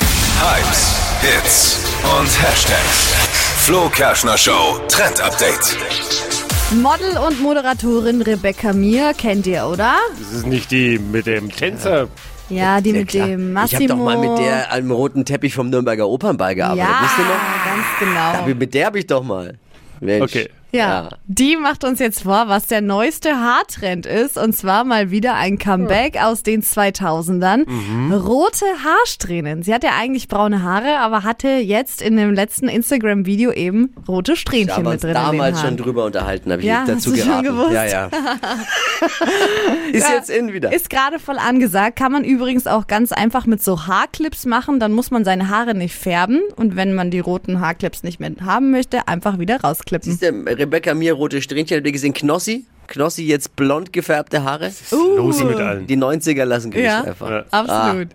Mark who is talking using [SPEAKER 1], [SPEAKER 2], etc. [SPEAKER 1] Hypes, Hits und Hashtags. Flo Kerschner Show Trend Update.
[SPEAKER 2] Model und Moderatorin Rebecca Mir kennt ihr, oder?
[SPEAKER 3] Das ist nicht die mit dem Tänzer.
[SPEAKER 2] Ja, die mit
[SPEAKER 4] Klar.
[SPEAKER 2] dem
[SPEAKER 4] Ich
[SPEAKER 2] Massimo.
[SPEAKER 4] habe doch mal mit der am roten Teppich vom Nürnberger Opernball gearbeitet.
[SPEAKER 2] Ja,
[SPEAKER 4] Wisst ihr noch?
[SPEAKER 2] ganz genau.
[SPEAKER 4] Mit der habe ich doch mal. Mensch.
[SPEAKER 3] Okay.
[SPEAKER 2] Ja, die macht uns jetzt vor, was der neueste Haartrend ist. Und zwar mal wieder ein Comeback aus den 2000ern.
[SPEAKER 4] Mhm.
[SPEAKER 2] Rote Haarsträhnen. Sie hat ja eigentlich braune Haare, aber hatte jetzt in dem letzten Instagram-Video eben rote
[SPEAKER 4] Da
[SPEAKER 2] Strähnchen
[SPEAKER 4] haben wir
[SPEAKER 2] mit
[SPEAKER 4] uns
[SPEAKER 2] drin. in den
[SPEAKER 4] damals schon
[SPEAKER 2] Haaren.
[SPEAKER 4] drüber unterhalten, habe ich
[SPEAKER 2] Ja,
[SPEAKER 4] dazu
[SPEAKER 2] hast du schon
[SPEAKER 4] geraten.
[SPEAKER 2] gewusst?
[SPEAKER 4] Ja, ja. Ist jetzt in wieder.
[SPEAKER 2] Äh, Ist gerade voll angesagt. Kann man übrigens auch ganz einfach mit so Haarclips machen. Dann muss man seine Haare nicht färben. Und wenn man die roten Haarclips nicht mehr haben möchte, einfach wieder rausklippen.
[SPEAKER 4] Ist der Rebecca Mir rote Strähnchen, habt ihr gesehen, Knossi? Knossi jetzt blond gefärbte Haare?
[SPEAKER 3] Los mit allen.
[SPEAKER 4] Die 90er lassen Grüße
[SPEAKER 2] Ja.
[SPEAKER 4] einfach.
[SPEAKER 3] Ja.
[SPEAKER 2] Absolut.